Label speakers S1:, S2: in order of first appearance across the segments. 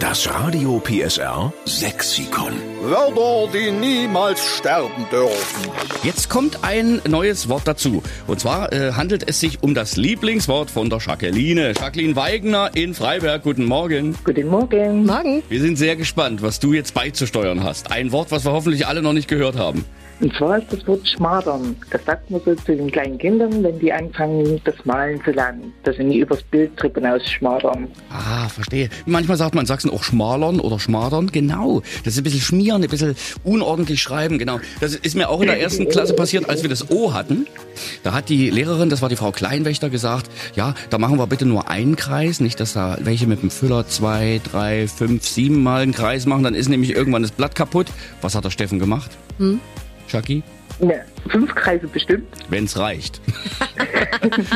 S1: Das Radio PSR Sexikon.
S2: Wörter, die niemals sterben dürfen.
S3: Jetzt kommt ein neues Wort dazu. Und zwar äh, handelt es sich um das Lieblingswort von der Jacqueline. Jacqueline Weigner in Freiberg. Guten Morgen.
S4: Guten Morgen.
S5: Morgen.
S3: Wir sind sehr gespannt, was du jetzt beizusteuern hast. Ein Wort, was wir hoffentlich alle noch nicht gehört haben.
S4: Und zwar ist das Wort schmadern. Das sagt man so zu den kleinen Kindern, wenn die anfangen, das Malen zu lernen. Dass sie nie übers Bild trippen aus schmadern.
S3: Ah, verstehe. Manchmal sagt man in Sachsen auch schmalern oder schmadern. Genau. Das ist ein bisschen schmieren, ein bisschen unordentlich schreiben. Genau. Das ist mir auch in der ersten Klasse passiert, als wir das O hatten. Da hat die Lehrerin, das war die Frau Kleinwächter, gesagt, ja, da machen wir bitte nur einen Kreis. Nicht, dass da welche mit dem Füller zwei, drei, fünf, sieben Mal einen Kreis machen. Dann ist nämlich irgendwann das Blatt kaputt. Was hat der Steffen gemacht? Chucky?
S4: Ne, fünf Kreise bestimmt.
S3: Wenn's reicht.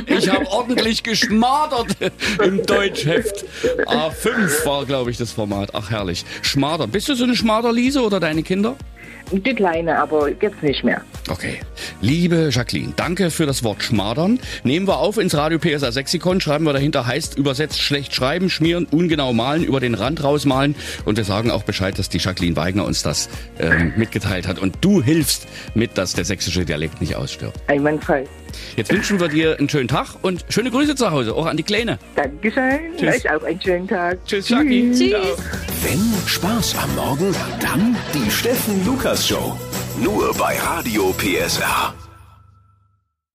S3: ich habe ordentlich geschmadert im Deutschheft. A5 war, glaube ich, das Format. Ach, herrlich. Schmader. Bist du so eine Schmaderliese oder deine Kinder?
S4: Die kleine, aber jetzt nicht mehr.
S3: Okay. Liebe Jacqueline, danke für das Wort Schmadern. Nehmen wir auf ins Radio PSA Sexikon, schreiben wir dahinter, heißt übersetzt schlecht schreiben, schmieren, ungenau malen, über den Rand rausmalen. Und wir sagen auch Bescheid, dass die Jacqueline Weigner uns das ähm, mitgeteilt hat. Und du hilfst mit, dass der sächsische Dialekt nicht ausstirbt.
S4: Einwandfrei.
S3: Jetzt wünschen wir dir einen schönen Tag und schöne Grüße zu Hause, auch an die Kleine.
S4: Dankeschön.
S3: Tschüss.
S4: Euch auch einen schönen Tag.
S3: Tschüss, Jackie.
S5: Tschüss.
S1: Wenn Spaß am Morgen, dann die Steffen Lukas Show. Nur bei Radio PSR.